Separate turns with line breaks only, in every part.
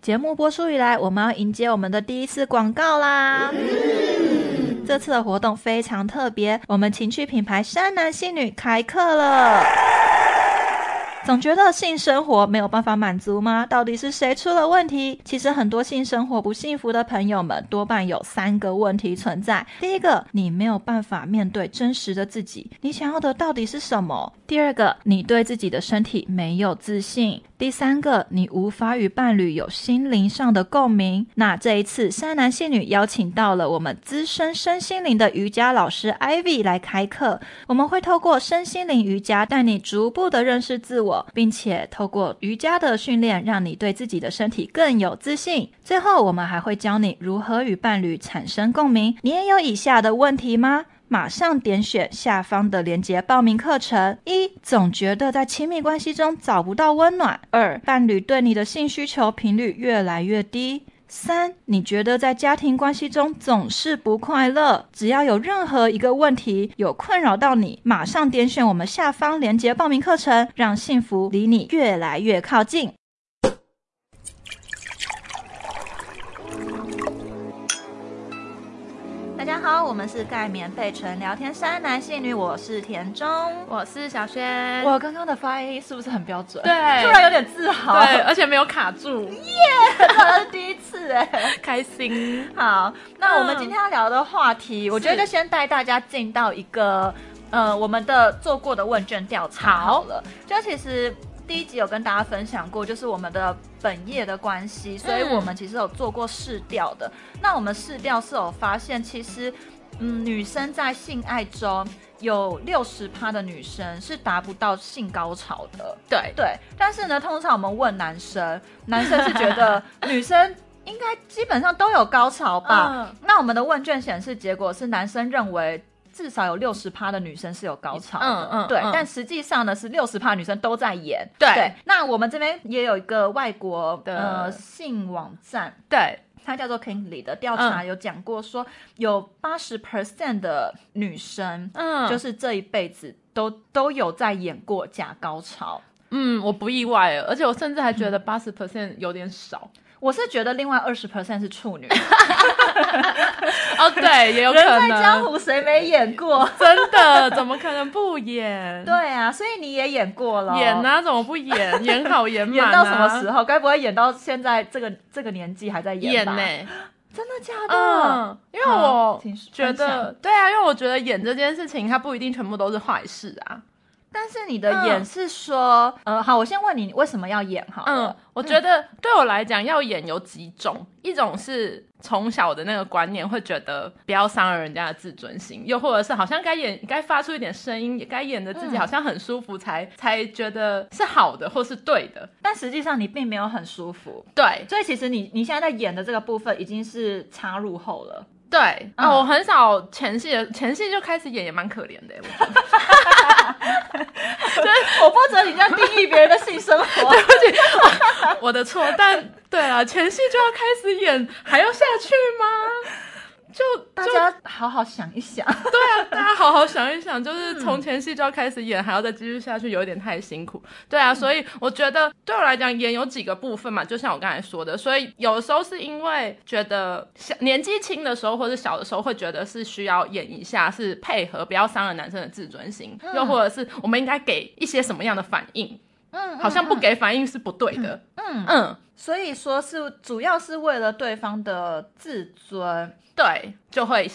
节目播出以来，我们要迎接我们的第一次广告啦！这次的活动非常特别，我们情趣品牌山男信女开课了。总觉得性生活没有办法满足吗？到底是谁出了问题？其实很多性生活不幸福的朋友们，多半有三个问题存在。第一个，你没有办法面对真实的自己，你想要的到底是什么？第二个，你对自己的身体没有自信。第三个，你无法与伴侣有心灵上的共鸣。那这一次，山男信女邀请到了我们资深身心灵的瑜伽老师 Ivy 来开课。我们会透过身心灵瑜伽，带你逐步的认识自我，并且透过瑜伽的训练，让你对自己的身体更有自信。最后，我们还会教你如何与伴侣产生共鸣。你也有以下的问题吗？马上点选下方的链接报名课程。一、总觉得在亲密关系中找不到温暖；二、伴侣对你的性需求频率越来越低；三、你觉得在家庭关系中总是不快乐。只要有任何一个问题有困扰到你，马上点选我们下方链接报名课程，让幸福离你越来越靠近。大家好，我们是盖棉被纯聊天山男性女，我是田中。
我是小轩，
我刚刚的发音是不是很标准？
对
突然有点自豪，
对，而且没有卡住，
这好像是第一次哎。
开心。
好，那我们
嗯
今天要聊的话题，我觉得就先带大家进到一个呃我们的做过的问卷调查好了。就其实第一集有跟大家分享过，就是我们的本业的关系，所以
嗯
我们其实有做过试调的。那我们试调是有发现，其实嗯女生在性爱中有六十趴的女生是达不到性高潮的。
对，
对，但是呢，通常我们问男生，男生是觉 得女生应该基本上都有高潮吧？
嗯
那我们的问卷显示结果是，男生认为至少有六十趴的女生是有高潮的，
嗯嗯
对，
嗯
但实际上呢是六十趴女生都在演。
对
那我们这边也有一个外国
的
呃性网站，
对，
它叫做 Kingley 的调查
嗯
有讲过说，有八十 percent 的女生，
嗯，
就
就是，
是这一辈子都都有在演过假高潮。
嗯，我不意外，而且我甚至还觉得八十 percent 有点少。
我是觉得另外二十 percent 是处 女，
哦， 对，也有可
人在江
能，
湖谁没演过？
真的，怎么可能不演？
对啊，所以你也演过了，
演？啊，怎么不 演？演好演满、
演
啊，
到什么时候？该不会演到现在这个这个年纪还在
演
吧？
呢、
真的假的？
嗯，因为我
请
觉
分
得，
享
对啊，因为我觉得演这件事情，它不一定全部都是坏事啊。
但是你的演是说，呃，好，我先问你，你为什么要演好
嗯
了？，
我觉得对我来讲，要演有几种，一种是从小的那个观念，会觉得不要伤了人家的自尊心，又或者是好像该演该发出一点声音，也该演的自己
嗯
好像很舒服才，才觉得是好的或是对的。
但实际上你并没有很舒服，
对
所以其实你你现在在演的这个部分已经是插入后了。
对，
嗯
啊、我很少前戏的，前戏就开始演也蛮可怜的。欸我觉得
我不准你这样定义别人的性生 活。
我的错，但对啊，前戏就要开始演，还要下去吗？就
大
就
家好好想一想。
大家好好想一想，
嗯
就是从前戏就要开始演，还要再继续下去，有点太辛苦。对
嗯
啊，所以我觉得对我来讲，演有几个部分嘛，就像我刚才说的，所以有的时候是因为觉得小年纪轻的时候，或者小的时候会觉得是需要演一下，是配合，不要伤了男生的自尊心，又或者是我们应该给一些什么样的反应，
嗯
好像不给反应是不对的。
嗯
嗯，
所以说是主要是为了对方的自尊
对，就会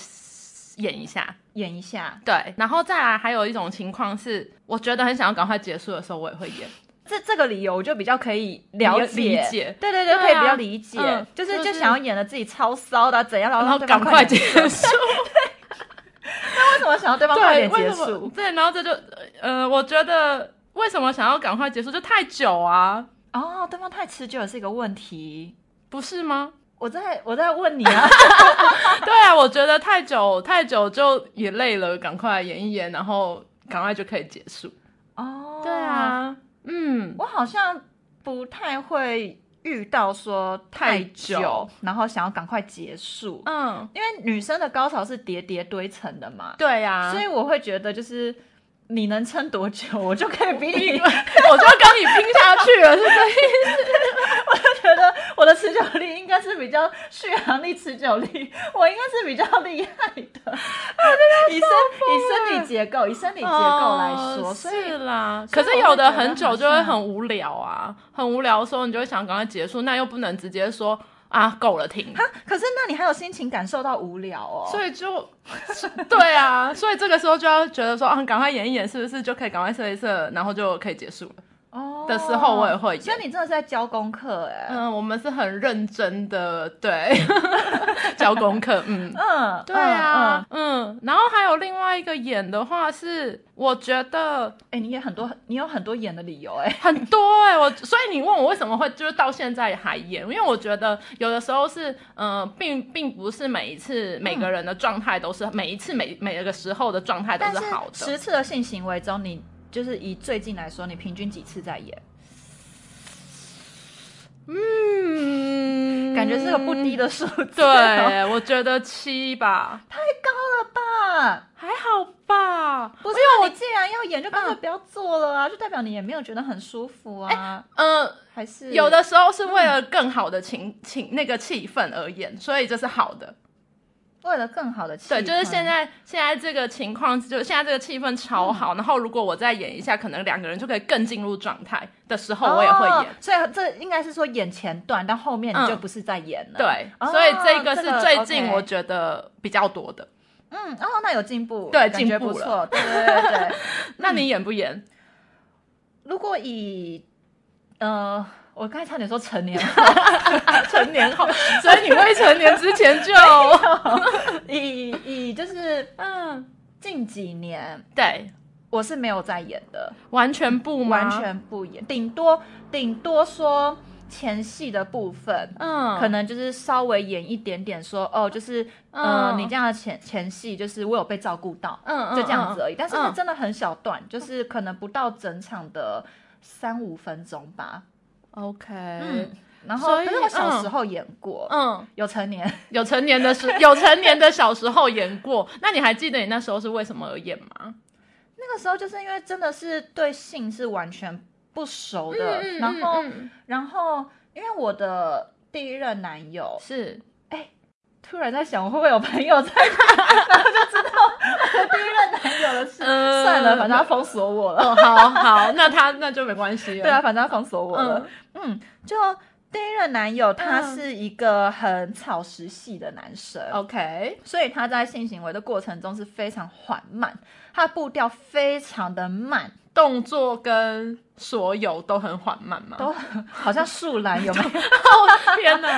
演一下。
演一下，
对，然后再来还有一种情况是，我觉得很想要赶快结束的时候，我也会演。
这这个理由我就比较可以了解，
理解
对对对，
对啊
可以比较理解，
嗯
就是
就
就是想要演的自己超骚的啊怎样，然后
然后
让对方
赶快结
点结束，
束，
为什么想要对方快
对，
点
为
结
什么？
束？
对，然后这就呃，我觉得为什么想要赶快结束，就太久啊，
哦，对方太持久也是一个问题。
不是吗？
我在我在问你啊，
对啊，我觉得太久太久就也累了，赶快演一演，然后赶快就可以结束。
哦，
对，啊，嗯，
我好像不太会遇到说太
太久
然后想要赶快结束，
嗯，
因为女生的高潮是叠叠堆成的嘛，
对呀、
所以我会觉得就是你能撑多久，我就可以比
我就
你。
跟你拼下去了，是不是？
觉得我的持久力应该是比较续航力、持久力，我应该是比较厉害的。以身以身体结构，以身体结构来说，
哦
所以
是啦。
所
可
以
是
我
有
会
的
觉
很
得
久
好
就会
像
很无聊啊，很无聊的时候，你就会想赶快结束，那又不能直接说啊够了停。
啊可是那你还有心情感受到无聊哦。
所以就 对啊，所以这个时候就要觉得说啊，赶快演一演，是不是就可以赶快射一射，然后就可以结束了？
哦
的时候我也会演
所以你真的是在教功课哎、
嗯，我们是很认真的，对， 交功课， 嗯。
嗯，
对啊，嗯然后还有另外一个演的话是，我觉得
嗯，哎、你也很多，你有很多演的理由哎、
很多哎、我所以你问我为什么会就是到现在还演，因为我觉得有的时候是，嗯、并并不是每一次每个人的状态都是、每一次每每个时候的状态都
但
是好的，
十次的性行为中，你就是以最近来说，你平均几次在演？
嗯，
感觉是个不低的数字、
对，我觉得七吧，
吧？
还好吧。
不是，
哎
你既然要演，就干脆
嗯
不要做了啊，就代表你也没有觉得很舒服啊，
嗯，
还是
有的时候是为了更好的情情那个气氛而演，所以这是好的。
为了更好的气氛
对，就是现在现在这个情况，就是现在这个气氛超
嗯
好。然后如果我再演一下，可能两个人就可以更进入状态的时候，我也会演
哦。所以这应该是说演前段，但后面你就
嗯
不是在演了。，
对，
哦
所以这个
这个
是最近
OK
我觉得比较多的。
嗯，哦，那有进步，
对
感觉
进步
不
了
错，对对对对。
那你演不演？
如果以呃，我刚才差点说成年，
成年后，所以你未成年之前就
以以就是
嗯，
近几年，
对，
我是没有在演的，
完全不吗？
完全不演，顶多顶多说前戏的部分。
嗯，
可能就是稍微演一点点说哦，就是呃，
嗯
你这样的前前戏，就是我有被照顾到，
嗯
就这样子而已。但是那
嗯
真的很小段，就是可能不到整场的三五分钟吧。
OK，
嗯
嗯，
然后
所
可
以
是我小
嗯
时候演过，有成年，
有成年的 时有成年的小时候演过，那你还记得你那时候是为什么而演吗？
那个时候就是因为真的是对性是完全不熟的，
嗯
然后、
嗯
然后因为我的第一任男友，
是
突然在想我会不会有朋友在看， 然后就知道我的第一任男友的事，
嗯
算了，反正他封锁我了，
哦，好好，那他那就没关系了。
对啊，，反正他封锁我了，
嗯
嗯就。第一任男友他
嗯哦
是一个很草食系的男生，
，OK，
所以他在性行为的过程中是非常缓慢，他的步调非常的慢，
动作跟所有都很缓慢嘛。
都好像树懒有没 有？
哦天哪！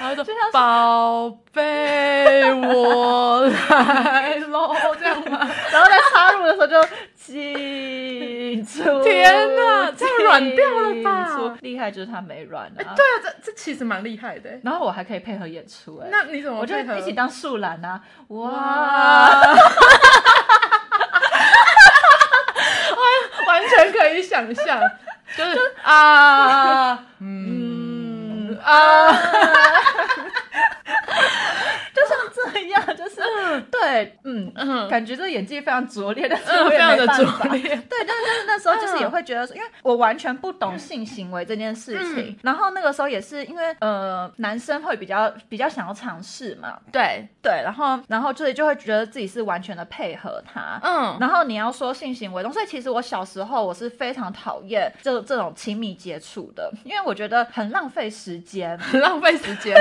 然后就说宝贝，我来喽，这样吗？
然后在插入的时候就进出。
天哪这样软掉了吧
进出？厉害就是他没软啊。
对。啊，这这其实蛮厉害的。
然后我还可以配合演出哎、
那你怎么
我就
配合
一起当树懒啊！哇，
哇！完全可以想象，就是啊，嗯啊，
就像这样，就是、对，嗯，
嗯
感觉这演技非常拙劣，但是
嗯
我也
非常
没
的
办法
拙劣。嗯
对，但是就是那时候就是也会觉得说，因为我完全不懂性行为这件事情，
嗯
然后那个时候也是因为呃男生会比较比较想要尝试嘛，
对，
对，然后然后就是就会觉得自己是完全的配合他。
嗯，
然后你要说性行为中，所以其实我小时候我是非常讨厌这这种亲密接触的，因为我觉得很浪费时间，
很浪费时 间。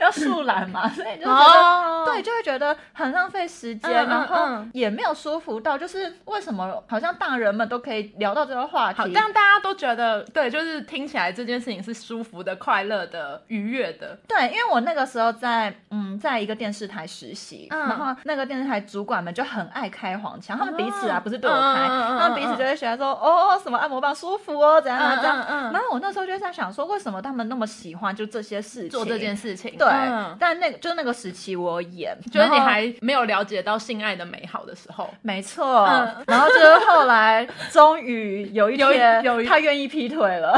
要树懒嘛，所以就觉得
哦
对，，就会觉得很浪费时间，
嗯嗯
然后
嗯
也没有舒服到，就是为什么好像大人们都可以聊到这个话
好，
题，
让大家都觉得对，就是听起来这件事情是舒服的、快乐的、愉悦的。
对，因为我那个时候在嗯，在一个电视台实习，
嗯
然后那个电视台主管们就很爱开黄腔，他们彼此啊，
哦
不是对我开，
嗯嗯嗯嗯
他们彼此就会喜欢说哦哦什么按摩棒舒服哦，怎样怎样怎样。
嗯
然后我那时候就在想说，哦为什么他们那么喜欢就这些事情
做这件事情，
对，
嗯
但那个就那个时期我演，
就是你
然后
还没有了解到性爱的美好的时 候。
没错，
嗯
然后就是后来终于有一
有一
天，
有一
他愿意劈 腿了，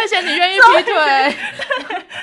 谢谢你愿意劈腿。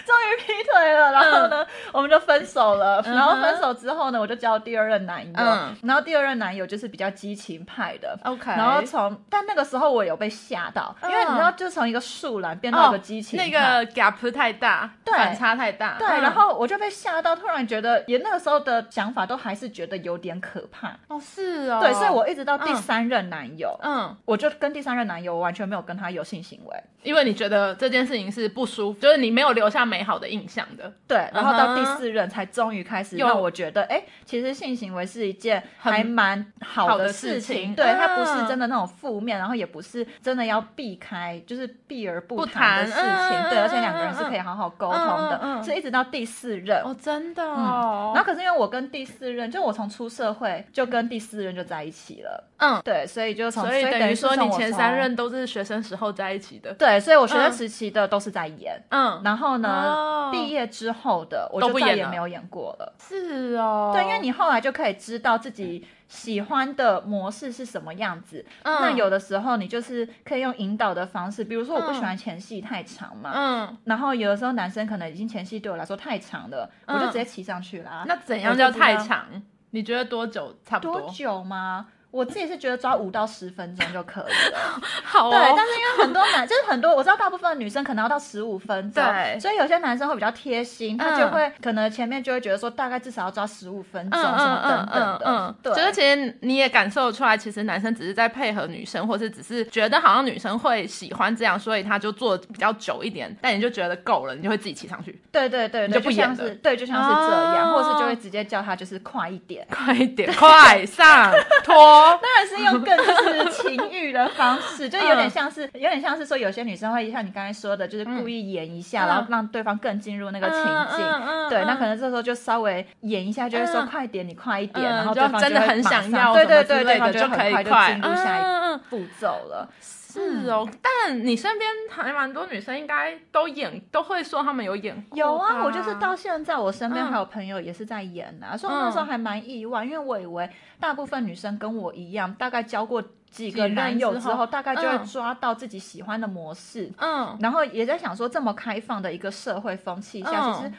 终于劈腿岁了，然后
嗯
呢，我们就分手了。然后分手之后呢，我就交第二任男友
嗯，
然后第二任男友就是比较激情派的。
OK 嗯
然后从但那个时候我有被吓到，因为你知道，就从一个树懒变到一个激情派，
哦那个 gap 太大，
对
反差太大。
对，
嗯
然后我就被吓到，突然觉得也那个时候的想法都还是觉得有点可怕。
哦是哦，
对，所以我一直到第
嗯
三任男友，
嗯，
我就跟第三任男友完全没有跟他有性行为。
因为你觉得这件事情是不舒服，就是你没有留下美好的印象的，
对，然后到
嗯
第
哼
四任才终于开始
有
让我觉得，哎，其实性行为是一件
很
还蛮好
好
的
的
事
事
情，
情
对，
啊
它不是真的那种负面，然后也不是真的要避开，就是避而不
不
谈的事
谈嗯
情，
嗯
对，
嗯
而且两个
嗯
人是
嗯
可以好好沟通
嗯嗯
的，
嗯
是一直到第四任。
哦真的
嗯
哦，，
然后可是因为我跟第四任，就我从出社会就跟第四任就在一起了，
嗯，
对，所以就从
所以等于
是
说
从
你
我
前
从
三任都是学生时候在一起的，
对，所以我学生
嗯
时期的都是在演，
嗯，
然后呢
哦，
毕业之后的我
都
就
不
再
演
也
了
没有演过了。
是哦，
对，因为你后来就可以知道自己喜欢的模式是什么样子。
嗯
那有的时候你就是可以用引导的方式，比如说我不喜欢前戏太长嘛。
嗯，
然后有的时候男生可能已经前戏对我来说太长了，
嗯
我就直接骑上去啦。
那怎样
我就
叫
知道
太长？你觉得多久差不
多久吗？我自己是觉得抓五到十分钟就可以了。
好
对，
哦
但，是因为很多男，就是很多我知道大部分女生可能要到十五分钟，
对
所以有些男生会比较贴心，他
嗯
就会、可能前面就会觉得说大概至少要抓十五分钟
嗯
什么等
嗯
等的，
嗯
对，
嗯，就是其实你也感受出来，其实男生只是在配合女生，或是只是觉得好像女生会喜欢这样，所以他就做得比较久一点，但你就觉得够了，你就会自己骑上去，
对对对
你
对，
就不演
像
了
是对，就像是这样，
哦
或是就会直接叫他就是快一点。
快一点，快 上拖，
当然是用更就是 情欲的方式，就有点像是，有点像是说，有些女生会像你刚才说的，就是故意演一下，
嗯嗯
然后让对方更进入那个情境。
嗯嗯嗯
对，
嗯
那可能这时候就稍微演一下，就会说
嗯
快一点，你快一点，
嗯
然后
就
对方
真的
会
很
马
想
上
要
对
什
对
么之
对，对
类
方
的
就
就
很
可以
快就
快
进入下一
嗯嗯嗯
步嗯骤了。
是哦，但你身边还蛮多女生应该都演，都会说他们有演过吧
有啊，我就是到现在，我身边
嗯
还有朋友也是在演啊，所以我那时候还蛮意外，因为我以为大部分女生跟我一样，大概交过几个
几任
男友
之
之
后
后，大概就会
嗯
抓到自己喜欢的模式。
嗯
然后也在想说，这么开放的一个社会风气下，
嗯
其实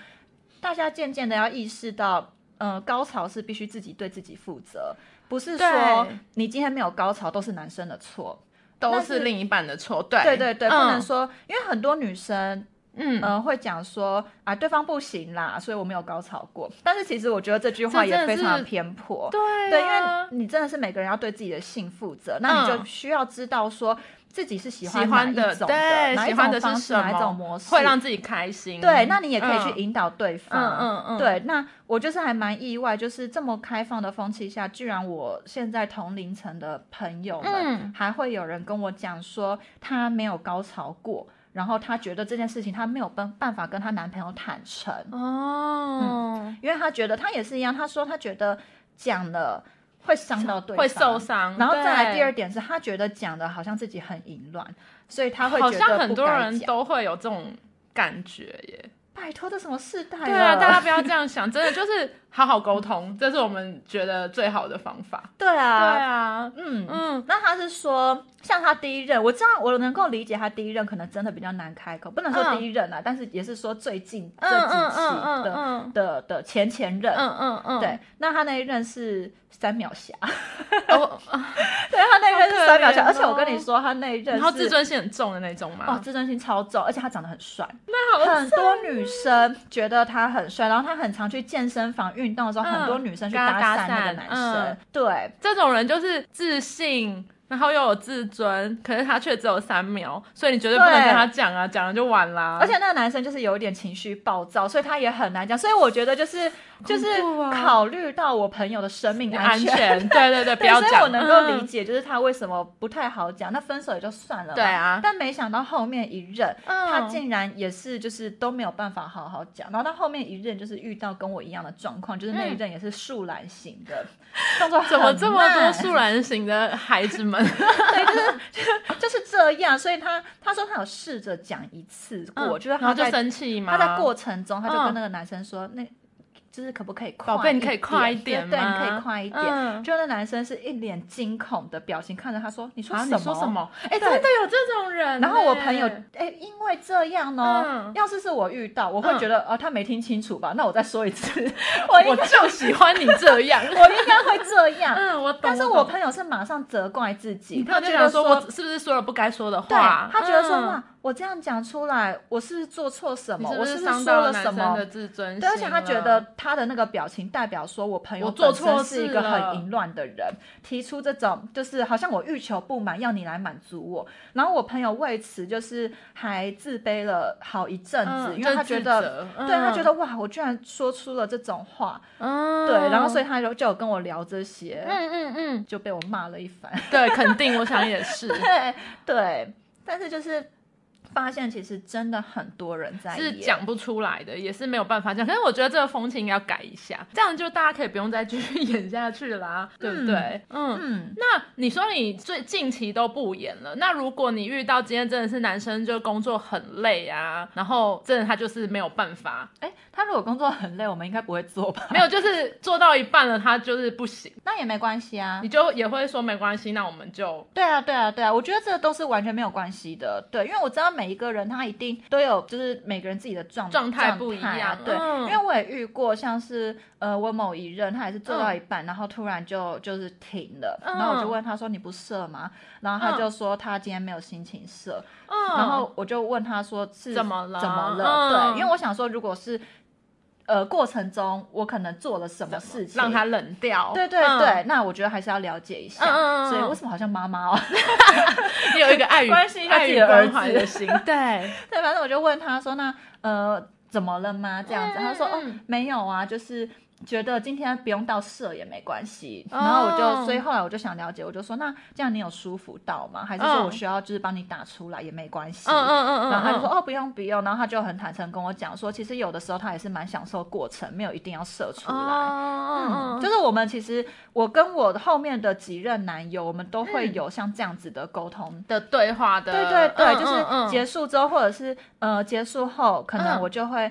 大家渐渐的要意识到，呃，高潮是必须自己对自己负责，不是说
对
你今天没有高潮都是男生的错。
都
但是
是另一半的错，对
对对对，不
嗯
能说，因为很多女生
嗯
嗯、呃会讲说啊，对方不行啦，所以我没有高潮过。但是其实我觉得这句话
这
也
真的
非常
是
偏颇。
对
对，因
啊
为你真的是每个人要对自己的性负责，那你就
嗯
需要知道说自己是喜
喜
哪
欢
一
的
种
对
哪一
喜欢
种
的
方
是
式，
什么
哪一种模式
会让自己开心，
对，那你也可以去
嗯
引导对方。
嗯嗯嗯
对，那我就是还蛮意外，就是这么开放的风气下，居然我现在同龄层的朋友们
嗯
还会有人跟我讲说他没有高潮过，然后他觉得这件事情他没有办办法跟她男朋友坦诚，
哦，
因为他觉得他也是一样，他说他觉得讲了会伤到对方，
会受。伤，
然后再来
对
第二。点是，他觉得讲的好像自己很淫乱，所以他会觉
好
得
像很
不
多
该
人
讲
都会有这种感觉耶。
拜托，这什么世代了？
对啊，大家不要这样想，真的就是好好沟通，这是我们觉得最好的方法。
对啊，
对啊，
嗯
嗯，
那他是说，像他第一任，我知道我能够理解他第一任可能真的比较难开口，不能说
嗯
第一任啊，但是也是说最近这
嗯
几期
嗯嗯嗯
的
嗯
的的前前任。
嗯嗯 嗯，
对，那他那一任是三秒侠，
哦，
对他那一任是
好可
三秒侠，
怜哦
而且我跟你说，他那一任
然
是
后自尊心很重的那种嘛。
哦，自尊心超重，而且他长得很帅，
那好啊
很多女生觉得他很帅，然后他很常去健身房运动的时候，
嗯
很多女生去
跟他
搭
搭
讪那个
讪
男
嗯
生，对，
这种人就是自信，然后又有自尊，可是他却只有三秒，所以你绝对不能
对
跟他讲啊，讲了就晚啦。
而且那个男生就是有一点情绪暴躁，所以他也很难讲。所以我觉得就是就是
恐怖啊
考虑到我朋友的生命
安
全，
全，对对 对，不
对，
要
所以
讲。
我能够理
嗯
解，就是他为什么不太好讲。那分手也就算了嘛，
对啊
但没想到后面一任，
嗯
他竟然也是就是都没有办法好好讲，然后到后面一任就是遇到跟我一样的状况，就是那一任也是树懒型的，动作
嗯怎么
很
这么多
慢
素然型的孩子们？
就是这样，所以他他说他有试着讲一次过，
嗯
就是
然后
他
就
在
生气嘛。
他在过程中，他就跟
嗯
那个男生说：“那就是可不可以快
宝
一点？
贝你可以快一点
对，对你可
吗
以快一点。
嗯
就那男生是一脸惊恐的表情看着他说：“你说
啊，
什
你
么？
说什？”么？哎、
对
真的有这种人呢、
然后我朋友哎、因为这样呢，
嗯
要是是我遇到，我会
嗯
觉得、哦，他没听清楚吧？那我再说一次， 我应
我
该
就喜欢你 这样。
我应该会这样。
嗯，我懂。
但是我
懂
朋友是马上责怪自己，
你朋友
他觉
就想
得
说，我是不是说了不该说的
对
话？
他觉得说、
嗯
哇，我这样讲出来，我是不是做错什
你
么？
是
我
是
是不
伤
是
到
说
了
了
男
什
生
么
的？自尊心了？
对，而且他觉得他的那个表情代表说我朋友
我做
本身
错
是一
事
个
了
很淫乱的人，提出这种就是好像我欲求不满，要你来满足我。然后我朋友为此就是还自卑了好一阵子，
嗯
因为他觉得。，
就自责
对他觉，得
嗯
哇，我居然说出了这种话，
嗯，
对，然后所以他就就有跟我聊这些，
嗯嗯 嗯，
就被我骂了一 番。
对，肯定，我想也 是。
对对，但是就是发现其实真的很多人在
是
演
讲不出来的，也是没有办法讲。可是我觉得这个风气应该要改一下，这样就大家可以不用再继续 演下去啦，对不对？嗯。
嗯，
那你说你最近期都不演了，那如果你遇到今天真的是男生就工作很累啊，然后真的他就是没有办法，
哎，他如果工作很累，我们应该不会做吧？
没有就是做到一半了他就是不行，
那也没关系啊
你。就也会说没关系，那我们就
对啊，对啊，对啊，我觉得这都是完全没有关系的。对，因为我知道每一个人他一定都有，就是每个人自己的状
状
态
态不一
啊
样
对，
嗯
因为我也遇过，像是呃，我某一任他也是做到
嗯
一半，然后突然就就是停了，
嗯
然后我就问他说你不射吗？然后他
嗯
就说他今天没有心情射，
嗯，
然后我就问他说是
怎么了
怎么
嗯
了？对，因为我想说，如果是呃过程中我可能做了什么事情，
让他冷掉，
对对
嗯
对，那我觉得还是要了解一下。
嗯嗯嗯嗯
所以为什么好像妈妈哦？
你有一个爱与
关心一下
爱
自己
与
的儿
关怀
子
的心， 对，
对，反正我就问他说，那呃怎么了吗？这样子，
嗯
他说哦
嗯
没有啊，就是。觉得今天不用到射也没关系，
哦
然后我就，所以后来我就想了解，我就说，那这样你有舒服到吗？还是说
嗯
我需要就是帮你打出来也没关系？
嗯嗯嗯嗯，
然后他就
嗯
说哦不用不用，然后他就很坦诚跟我讲说，其实有的时候他也是蛮享受过程，没有一定要射出来。
哦
嗯，就是我们其实我跟我后面的几任男友，我们都会有像这样子的沟通。
的对话的，
嗯对对对，
嗯
就是结
嗯
束之后，或者是呃结束后，可能
嗯
我就会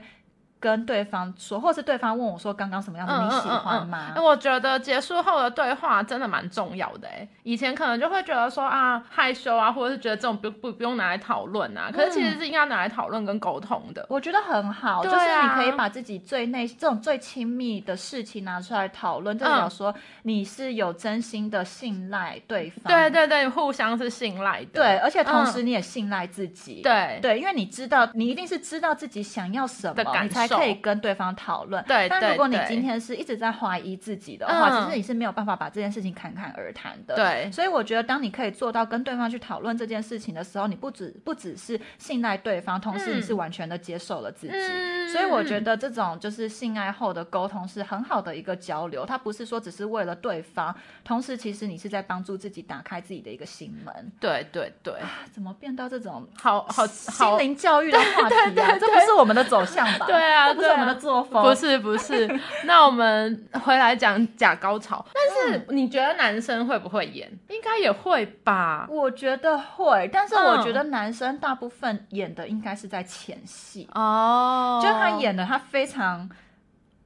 跟对方说，或是对方问我说刚刚什么样子
嗯
你喜欢
嗯嗯
吗
嗯哎？我觉得结束后的对话真的蛮重要的哎。以前可能就会觉得说啊害羞啊，或者是觉得这种不不不用拿来讨论
嗯
啊，可是其实是应该拿来讨论跟沟通的。
我觉得很好，
对
就是你
啊
可以把自己最内这种最亲密的事情拿出来讨论，代表说你是有真心的信赖对方，
对对对，互相是信赖的。
嗯对而且同时
嗯
你也信赖自己，
对
对，因为你知道，你一定是知道自己想要什
的
么，
感
你才可以跟对方讨论。
对
但
对
如果你
对
今天是一直在怀疑自己的话，
嗯
其实你是没有办法把这件事情侃侃而谈的。。
对
所以我觉得，当你可以做到跟对方去讨论这件事情的时候，你不只不只是信赖对方，同时你
嗯
是完全的接受了自己。
嗯
所以我觉
得
得这种就是性爱后的沟通是很好的一个交流，它不是说只是为了对方，同时其实你是在帮助自己打开自己的一个心门。啊
对对对，
怎么变到这种
好好好
心。灵教育的话题、啊，这不是我们的走向吧？
对啊
这不是
对啊
我们的作风。
不是不是，那我们回来讲假高潮。
嗯
但是你觉得男生会不会演？应该也会吧。
我觉得会，但是我
嗯
觉得男生大部分演的应该是在前戏，
哦，
就是他演的他非常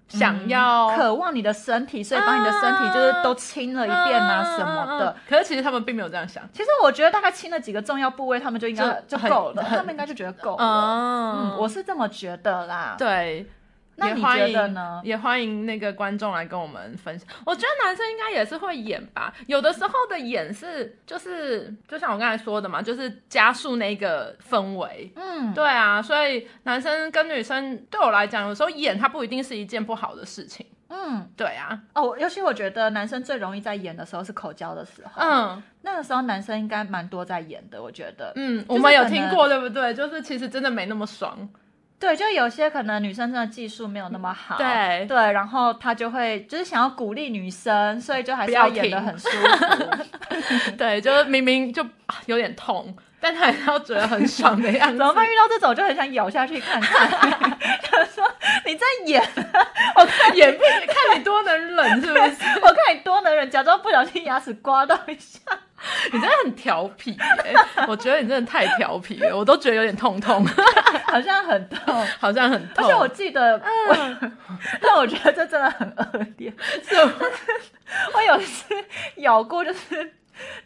想要
渴望你的身体，所以把你的身体就是都亲了一遍啊什么的。
嗯嗯嗯嗯可是其实他们并没有这样想。
其实我觉得大概亲了几个重要部位，他们就应该
就
就
很
够了，
很
他们应该就觉得够了。
嗯
哦嗯，我是这么觉得啦。
对。
那
也
你
欢
觉
迎
得呢
也欢迎那个观众来跟我们分享。我觉得男生应该也是会演吧，有的时候的演是就是就像我刚才说的嘛，就是加速那个氛围。
嗯，
对啊，所以男生跟女生对我来讲，有时候演它不一定是一件不好的事情。
嗯，
对啊，
哦，尤其我觉得男生最容易在演的时候是口交的时候。
嗯
那个时候男生应该蛮多在演的，我觉得。
嗯，
就是
我们有
可能
听过，对不对？就是其实真的没那么爽。
对，就有些可能女生真的技术没有那么好，
嗯对
对，然后他就会就是想要鼓励女生，所以就还是
不要
演的
停
很舒服。
对，就是明明就、啊有点痛，但他还是要觉得很爽的样
怎
子。
么办？遇到这种就很想咬下去看看， 就说你在演， 我看
眼皮看你多能忍，是不是？
我看你多能忍，假装不小心牙齿刮到一下。
你真的很调皮、欸， 我觉得你真的太调皮了，我都觉得有点痛痛，
好像很痛。
好像很
而
痛。
且我记得，
嗯
但我觉得这真的很恶 劣。
是吗
我有一次咬过，就是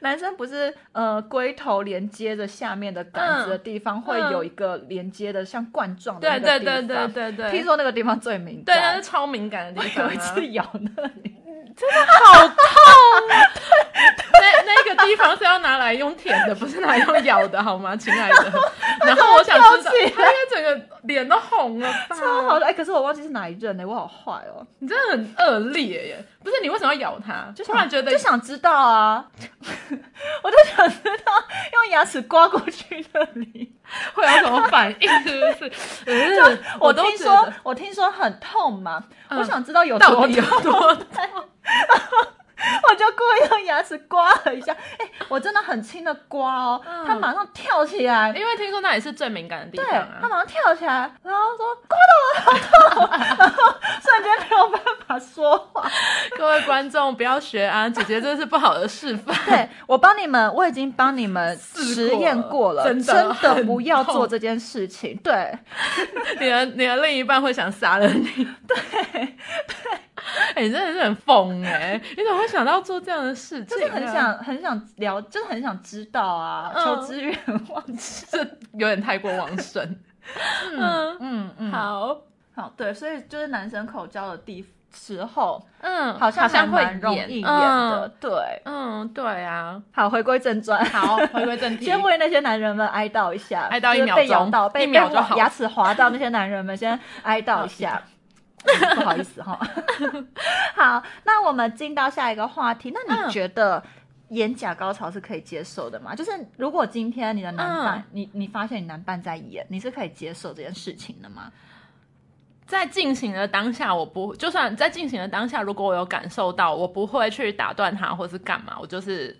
男生不是呃龟头连接着下面的杆子的地方，会有一个连接的像冠状的
嗯对
那个
对
地
对
方。
对对对，
听说那个地方最敏
对，那
感
是。超敏感的地
我
方、啊。
有一次咬那里，
好痛、啊！那那个地方是要拿来用舔的，不是拿来用咬的，好吗，亲 爱的？然后我想知道
跳起，来
他应该整个脸都红了吧？
超好的哎、可是我忘记是哪一任呢、我好坏哦，
你真的很恶劣耶！不是你为什么要咬它？
就
突
想
然觉得
就想知道啊， 我就想知道用牙齿刮过去那里，
会有什么反应，是 不是？嗯，
我
都
听
觉得
说我听说很痛嘛，
嗯
我想知道有多
到
痛，
底有多痛？
我就故意用牙齿刮了一下，哎、我真的很轻的刮哦，
嗯
他马上跳起来，
因为听说那里是最敏感的地
对
方
他
啊。
马上跳起来，然后说刮到我好痛，然后瞬间没有办法说 话。
各位观众不要学啊，姐姐这是不好的示范。
对，我帮你们，我已经帮你们
过了
实验过了，
真
真
的很
不要
痛
做这件事情。对，
你的你的另一半会想杀了 你。对对，哎、你真的是很疯哎、你怎么会想到做 这样的事情、
就
啊？
是很想很想聊，就是很想知道啊，
嗯
求知欲很旺。
这有点太过旺盛。嗯，
嗯嗯，
好，
好，对，所以就是男生口交的地时候，
嗯，
好像还
像会
蛮容易演的。
嗯
对，
嗯，对啊，
好，回归正传。
好， 回归正题。
先为那些男人们哀悼一下，
哀悼一
就是
秒
被咬
钟
到，被
一秒
被
就好
牙齿划到那些男人们，先哀悼一下。 嗯不好意思哈。好，那我们进到下一个话题。那
嗯
你觉得眼角高潮是可以接受的吗？就是如果今天你的男伴，
嗯
你你发现你男伴在演，你是可以接受这件事情的吗？
在进行的当下，我不就算在进行的当下，如果我有感受到，我不会去打断他或是干嘛，我就是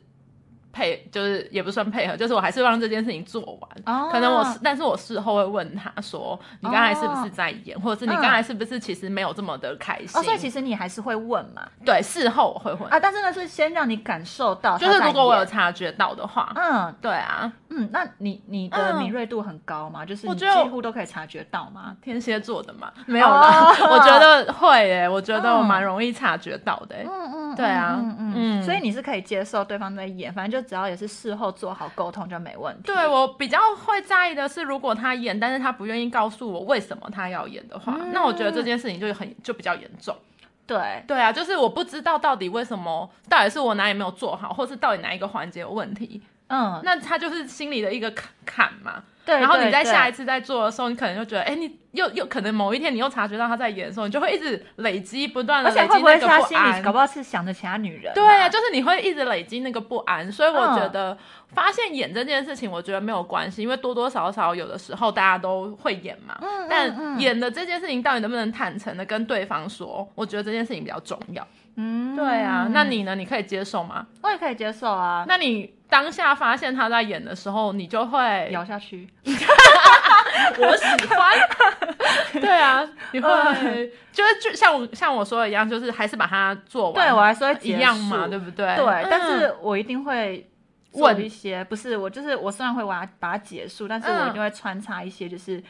配，就是也不算配合，就是我还是让这件事情做完。
哦
可能我是，但是我事后会问他说：“你刚才是不是在演，或者是你
嗯
刚才是不是其实没有这么的开心？”
哦，所以其
实
实你还是会问嘛？
对事后我会问，
啊，但真的是先让你感受到他
就
在演，
是如果我有察觉到的话，
嗯
对啊，
嗯，那你你的
嗯
敏锐度很高吗？就是
我
你
觉
几
得我
乎都可以察觉到吗？
天蝎座的嘛，没有啦，
哦
我觉得会诶、我觉得我
嗯
蛮容易察觉到的、欸，
嗯嗯，
对啊
嗯嗯
嗯
嗯，所以你是可以接受对方在演，反正就只要也是事后做好沟通就没问题。
对我比较会在意的是，如果他演，但是他不愿意告诉我为什么他要演的话，
嗯
那我觉得这件事情就很就比较严重。
对，
对啊，就是我不知道到底为什么，到底是我哪里没有做好，或是到底哪一个环节有问题，
嗯，
那他就是心里的一个坎坎嘛。
对。
然后你
对
在下一
对
次再做的时候，你可能就觉得，哎，你又又可能某一天你又察觉到他在演的时候，你就会一直累积不断的
而且
累
会
积
不会
那
是
个
他
不
心里
安
搞。不好是想着其他女人啊？
对啊，就是你会一直累积那个不安，所以我
嗯
觉得发现演这件事情，我觉得没有关系，因为多多少少有的时候大家都会演嘛。
嗯，嗯
但
嗯
演的这件事情到底能不能坦诚的跟对方说，我觉得这件事情比较重要。
嗯，
对啊，那你呢？你可以接受吗？
我也可以接受啊，
那你当下发现他在演的时候，你就会
咬下去。
我喜欢。对 啊，你
嗯
会就是就像我像我说的一样，就是还是把它做完。
对我还是会
一
结
样嘛，
束
对不对？
对
嗯，
但是我一定会。
问
一些不是我，就是我虽然会把它把它结束，但是
嗯
我一定会穿插一些，就是、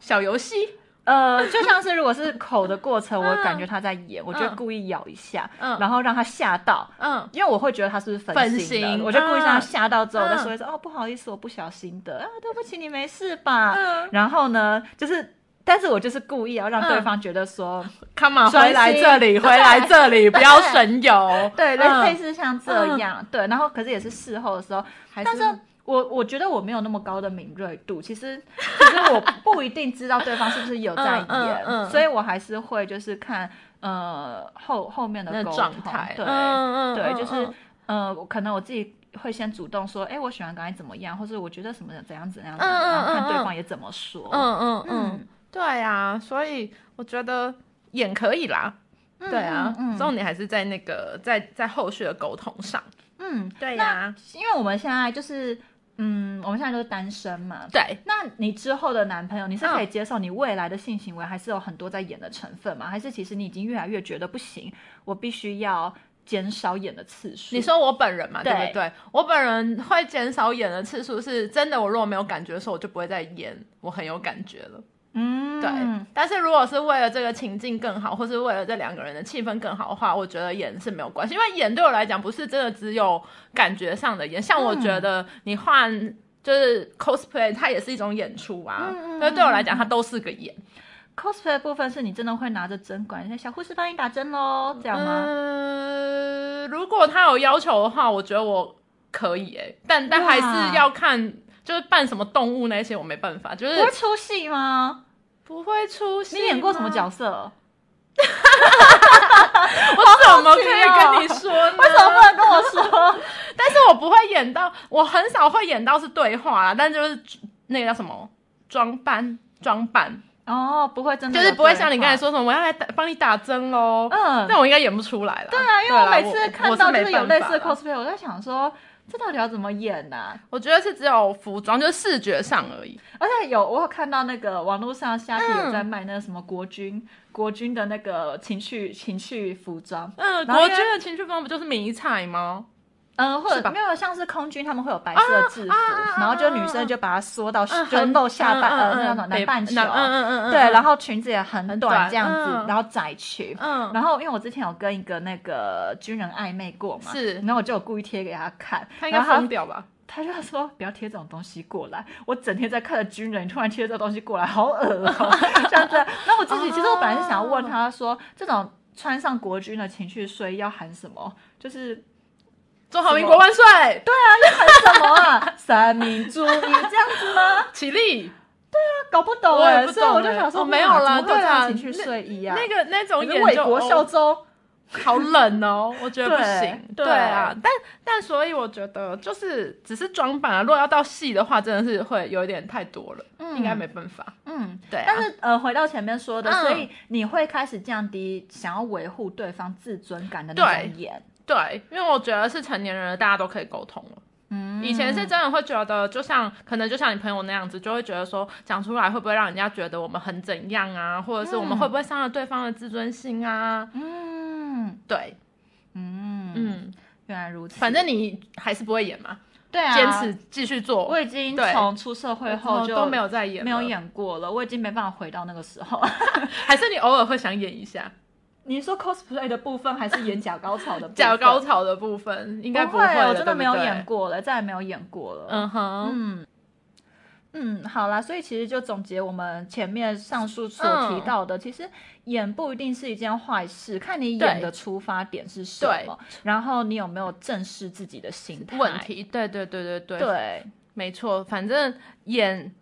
小游戏，
呃，就像是如果是口的过 程，我
嗯
感觉他在演，我就会
嗯
故意咬一下，
嗯
然后让他吓到，
嗯，
因为我会觉得他是不是
分
分心的
心
我就故意让
嗯
他吓到之后，我再
嗯
说一声、哦，不好意思，我不小心的啊，对不起，你没事吧？
嗯
然后呢，就是，但是我就是故意要让
嗯
对方觉得说，
come on，
专
回
心
来这里，回来这里，不要神游。
对，类、
嗯
类似像这样，对，然后可是也是事后的时候，
还
但是我我觉得我没有那么高的敏锐度，其实其实我不一定知道对方是不是有在演，
嗯嗯嗯
所以我还是会就是看呃后后面
那
的沟通
个状态，
对、
嗯嗯，
对，
嗯
就是
嗯
呃我可能我自己。会先主动说，哎、我喜欢刚才怎么样，或是我觉得什么怎样怎样怎样，
嗯嗯
然后看
嗯
对
嗯
方也怎么说。
嗯嗯嗯
嗯，
对啊，所以我觉得演可以啦。对啊，
嗯嗯
重点还是在那个在在后续的沟通上。
嗯，
对
那
呀
因为我们现在就是，嗯，我们现在都是单身嘛，
对，
那你之后的男朋友，你是
嗯
可以接受你未来的性行为还是有很多在演的成分吗？还是其实你已经越来越觉得不行，我必须要减少演的次数。
你说我本人嘛，对
对
不对？我本人会减少演的次数，是真的。我如果没有感觉的时候，我就不会再演我很有感觉了。
嗯，
对，但是如果是为了这个情境更好，或是为了这两个人的气氛更好的话，我觉得演是没有关系，因为演对我来讲不是真的只有感觉上的演，像我
嗯
觉得你换就是 cosplay，它也是一种演出啊，
嗯嗯
所以对我来讲它都是个演，
cosplay 的部分是你真的会拿着针管，像小护士帮你打针喽，这样吗？
嗯、如果他有要求的话，我觉得我可以哎、但但还是要看。就是扮什么动物那些我没办法，就是
不会出戏吗？
不会出戏。
你演过什么角色？
我怎么可以跟你说呢？
为什么不能跟我说？
但是我不会演到，我很少会演到是对话啦，但就是那个叫什么装扮，装扮
哦，不会真的，
就是不会像你刚才，说什啊么我要来打帮你打针喽，
嗯，
那、我应该演不出来啦。对
对啊，因为我
啦
每次看到就是有类似的，
我是没
cosplay，
办法啦
我在想说这到底要怎么演啊呐、
我觉得是只有服装，就是视觉上而已。
而且有我有看到那个网络上虾皮
嗯
有在卖那个什么国军、国军的那个情趣情趣服装，
嗯，
然后
国
因为
军的情绪风不就是迷彩吗？
嗯，或
是
者
吧
没有像是空军他们会有白色的制服，
啊啊啊啊
然后就女生就把它缩到、
嗯，
就
很
露下半、
嗯嗯
呃那种
北
南半球，
南嗯嗯嗯嗯，
对，然
后
后裙子也很短
短
这样子，
嗯
然后窄裙。
嗯，
然后，因为我之前有跟一个那个军人暧昧过嘛，
是
然后我就有故意贴给他看，
他应
然
该
后他
疯掉吧？
他就说不要贴这种东西过来，我整天在看着军人，你突然贴这东西过来，好恶哦、 这样子。那我自己其实我本来是想要问他说，这种穿上国军的情趣睡衣要喊什么？就是
中华民 国万岁，对，
喊什么啊？三民主义这样子吗？
起立。
搞不懂
我也
哎、
不
所以
懂
我就
欸
想说，
哦没有
哇
啦
怎么会有这
对
样
啦
情趣睡衣啊，
那个那种
可
演
是为
就哦
国效忠。
好冷哦，我觉得不行。
对
啊，但但所以我觉得就是只是装扮啊，如果要到戏的话，真的是会有一点太多了，
嗯
应该没办法。
嗯，
对啊，
但是呃，回到前面说的，
嗯
所以你会开始降低想要维护对方自尊感的那种眼。
对，因为我觉得是成年人了，大家都可以沟通了。
嗯，
以前是真的会觉得，就像可能就像你朋友那样子，就会觉得说讲出来会不会让人家觉得我们很怎样啊，或者是我们
嗯
会不会伤了对方的自尊心啊？
嗯
对，
嗯嗯，
嗯，
原来如此。
反正你还是不会演嘛，
对啊，
坚持继续做。
我已经
对
从出社会后就
都没有再演，
没有，演过了，我已经没办法回到那个时候。
还是你偶尔会想演一下？
你说 cosplay 的部分还是演假高潮的部分？
假高潮的部分应该
不
会
会，
了
我真的没有。
对
演
不对
过了，再也没有演过了。
嗯哼，
嗯嗯，好啦，所以其实就总结我们前面上述所提到的，其实演不一定是一件坏事，看你演
对
的出发点是什么，然后你有没有正视自己的心态
问。题，对对对对
嗯
对，
对，
没错，反正演。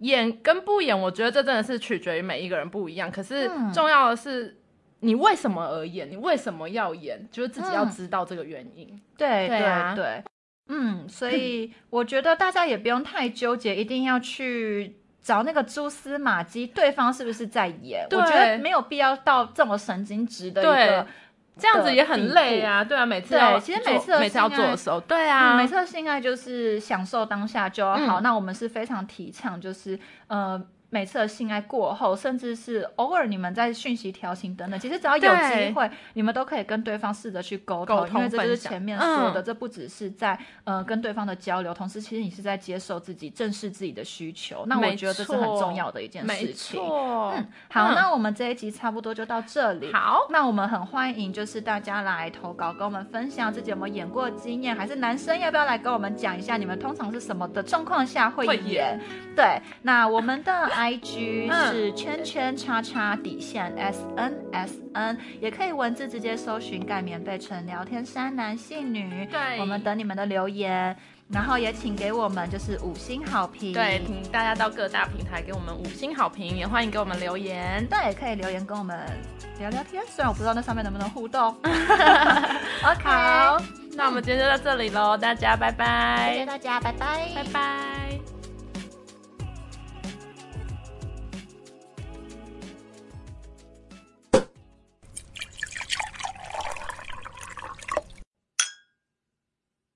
演跟不演，我觉得这真的是取决于每一个人不一样。可是
嗯
重要的是，你为什么而演？你为什么要演？就是自己要
嗯
知道这个原因。
对
对啊
对对，嗯，所以我觉得大家也不用太纠结，一定要去找那个蛛丝马迹，对方是不是在演？我觉得
对
没有必要到这么神经质的一
对
个。，
这样子也很累啊。对啊，每次
对
要
其实
做
每次的
每次要
性
做
爱
的时候，对
嗯，
啊，
没错，性爱就是享受当下就好。
嗯
那我们是非常提倡，就是呃。每次的性爱过后，甚至是偶尔你们在讯息调情等等，其实只要有
对
机会，你们都可以跟对方试着去沟通，
沟
因
通
为这就是
分享
前面说的，
嗯
这不只是在呃跟对方的交流，同时其实你是在接受自己、正视自己的需求。那我
没
觉得这是很
错
重要的一件
没
事情。
错。
嗯，好，
嗯
那我们这一集差不多就到这里。
好，
那我们很欢迎，就是大家来投稿，跟我们分享自己有没有演过的经验，还是男生要不要来跟我们讲一下，你们通常是什么的状况下会演？
会演
对，那我们 的 IG
嗯
是圈圈叉叉底线 S N S N，也可以文字直接搜寻盖棉被纯聊天山男性女，
对
我们等你们的留言，然后也请给我们就是五星好评，
对，请大家到各大平台给我们五星好评，也欢迎给我们留言。
但也可以留言跟我们聊聊天，虽然我不知道那上面能不能互 动。OK，
哎好，那我们今天就到这里喽，大家拜
谢谢
拜，
大家，拜拜，
拜拜。